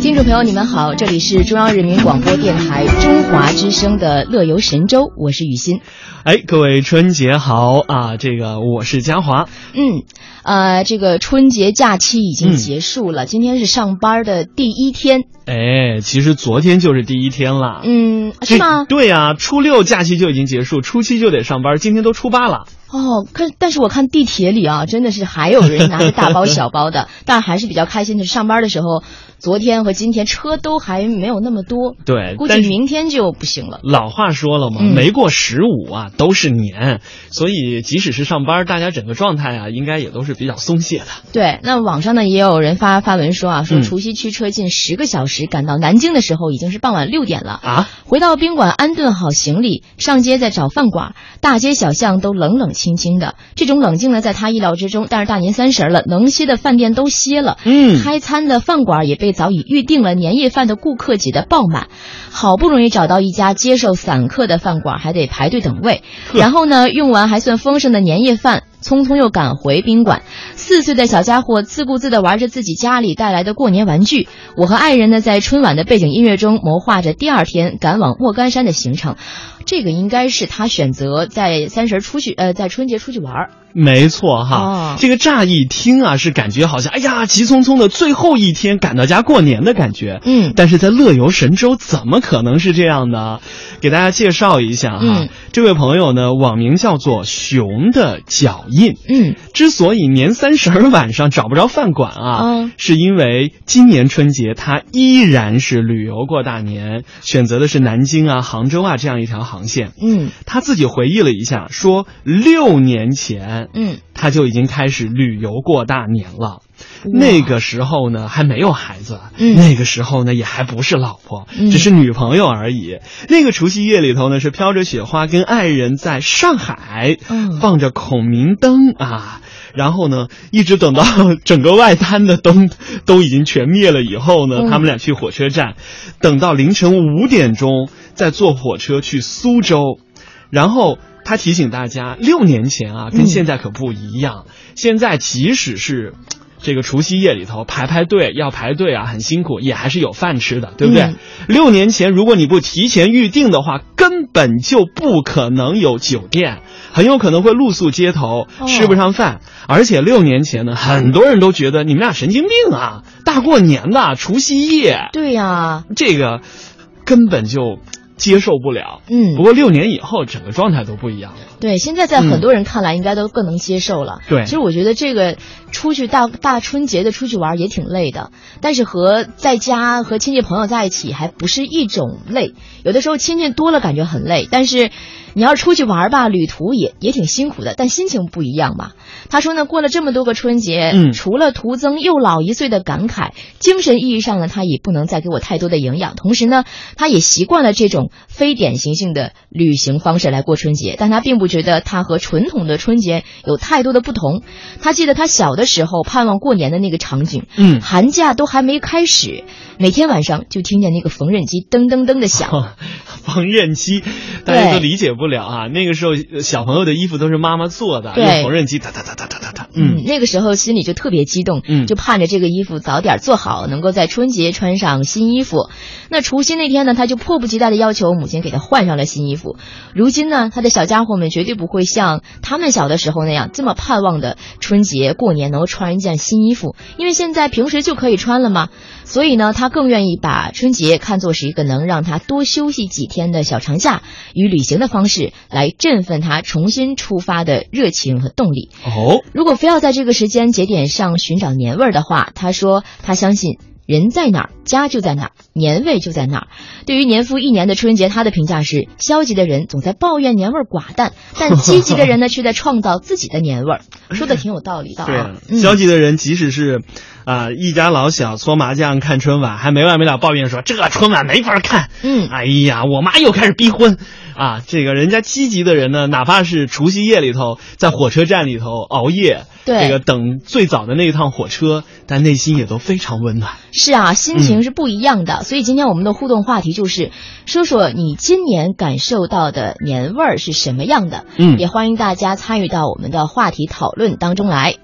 听众朋友，你们好，这里是中央人民广播电台中华之声的《乐游神州》，我是雨欣。哎，各位春节好啊！这个我是嘉华。嗯，呃，这个春节假期已经结束嗯了，今天是上班的第一天。哎，其实昨天就是第一天啦。嗯，这是吗？对啊，初六假期就已经结束，初七就得上班，今天都初八了。哦，可但是我看地铁里啊，真的是还有人拿着大包小包 的，但还是比较开心的。上班的时候，昨天和今天车都还没有那么多，对，估计但是明天就不行了。老话说了嘛，嗯没过十五啊都是年，所以即使是上班，大家整个状态啊，应该也都是比较松懈的。对，那网上呢也有人发发文说啊，说嗯除夕驱车近十个小时赶到南京的时候，已经是傍晚六点了。啊，回到宾馆安顿好行李，上街再找饭馆，大街小巷都冷冷清清的。这种冷静呢，在他意料之中。但是大年三十了，能歇的饭店都歇了，嗯开餐的饭馆也被早已预定了年夜饭的顾客挤得爆满。好不容易找到一家接受散客的饭馆，还得排队等位。呵然后呢，用完还算丰盛的年夜饭，匆匆又赶回宾馆。四岁的小家伙自顾自地玩着自己家里带来的过年玩具。我和爱人呢，在春晚的背景音乐中谋划着第二天赶往莫干山的行程。这个应该是他选择在三十儿出去，呃，在春节出去玩儿。没错哈，哦这个乍一听啊，是感觉好像哎呀，急匆匆的最后一天赶到家过年的感觉。嗯但是在乐游神州怎么可能是这样呢？给大家介绍一下哈，嗯这位朋友呢，网名叫做熊的脚印。嗯，之所以年三十儿晚上找不着饭馆啊，嗯是因为今年春节他依然是旅游过大年，选择的是南京啊、杭州啊这样一条航线。嗯他自己回忆了一下，说六年前，嗯，他就已经开始旅游过大年了。哇那个时候呢，还没有孩子，嗯那个时候呢，也还不是老婆，嗯只是女朋友而已。那个除夕夜里头呢，是飘着雪花，跟爱人在上海，嗯放着孔明灯啊。然后呢，一直等到 整个外滩的灯都已经全灭了以后呢，嗯他们俩去火车站，等到凌晨五点钟再坐火车去苏州，然后。他提醒大家，六年前啊，跟嗯现在可不一样。现在即使是这个除夕夜里头排排队，要排队啊，很辛苦，也还是有饭吃的，对不对？嗯六年前如果你不提前预定的话，根本就不可能有酒店，很有可能会露宿街头，哦吃不上饭。而且六年前呢，很多人都觉得你们俩神经病啊，大过年的除夕夜，对呀、这个根本就接受不了。嗯不过六年以后，整个状态都不一样了。对，现在在嗯很多人看来，应该都更能接受了。对其实我觉得这个出去大大春节的出去玩也挺累的，但是和在家和亲戚朋友在一起还不是一种累。有的时候亲戚多了感觉很累，但是你要是出去玩吧，旅途也也挺辛苦的，但心情不一样嘛。他说呢，过了这么多个春节，嗯除了徒增又老一岁的感慨，精神意义上呢，他也不能再给我太多的营养。同时呢，他也习惯了这种非典型性的旅行方式来过春节，但他并不觉得他和传统的春节有太多的不同。他记得他小的时候盼望过年的那个场景，嗯，寒假都还没开始，每天晚上就听见那个缝纫机噔噔噔的 响。嗯缝纫机，大家对都理解不了啊。那个时候呃小朋友的衣服都是妈妈做的，对用缝纫机哒哒哒哒哒哒哒。嗯，嗯，那个时候心里就特别激动，嗯就盼着这个衣服早点做好，能够在春节穿上新衣服。那除夕那天呢，他就迫不及待的要求母亲给他换上了新衣服。如今呢，他的小家伙们绝对不会像他们小的时候那样这么盼望的春节过年能够穿一件新衣服，因为现在平时就可以穿了嘛。所以呢，他更愿意把春节看作是一个能让他多休息几天的小长假，以旅行的方式来振奋他重新出发的热情和动力。哦，如果非要在这个时间节点上寻找年味儿的话，他说他相信人在哪儿，家就在哪儿，年味就在哪儿。对于年复一年的春节，他的评价是：消极的人总在抱怨年味儿寡淡，但积极的人呢，却在创造自己的年味 儿。说的挺有道理的对啊啊，，嗯消极的人即使是。啊、一家老小搓麻将看春晚，还没完没了抱怨说这春晚没法看。嗯哎呀，我妈又开始逼婚，啊，这个人家积极的人呢，哪怕是除夕夜里头在火车站里头熬夜，对这个等最早的那一趟火车，但内心也都非常温暖。是啊，心情是不一样的。所以今天我们的互动话题就是，说说你今年感受到的年味儿是什么样的？嗯也欢迎大家参与到我们的话题讨论当中来。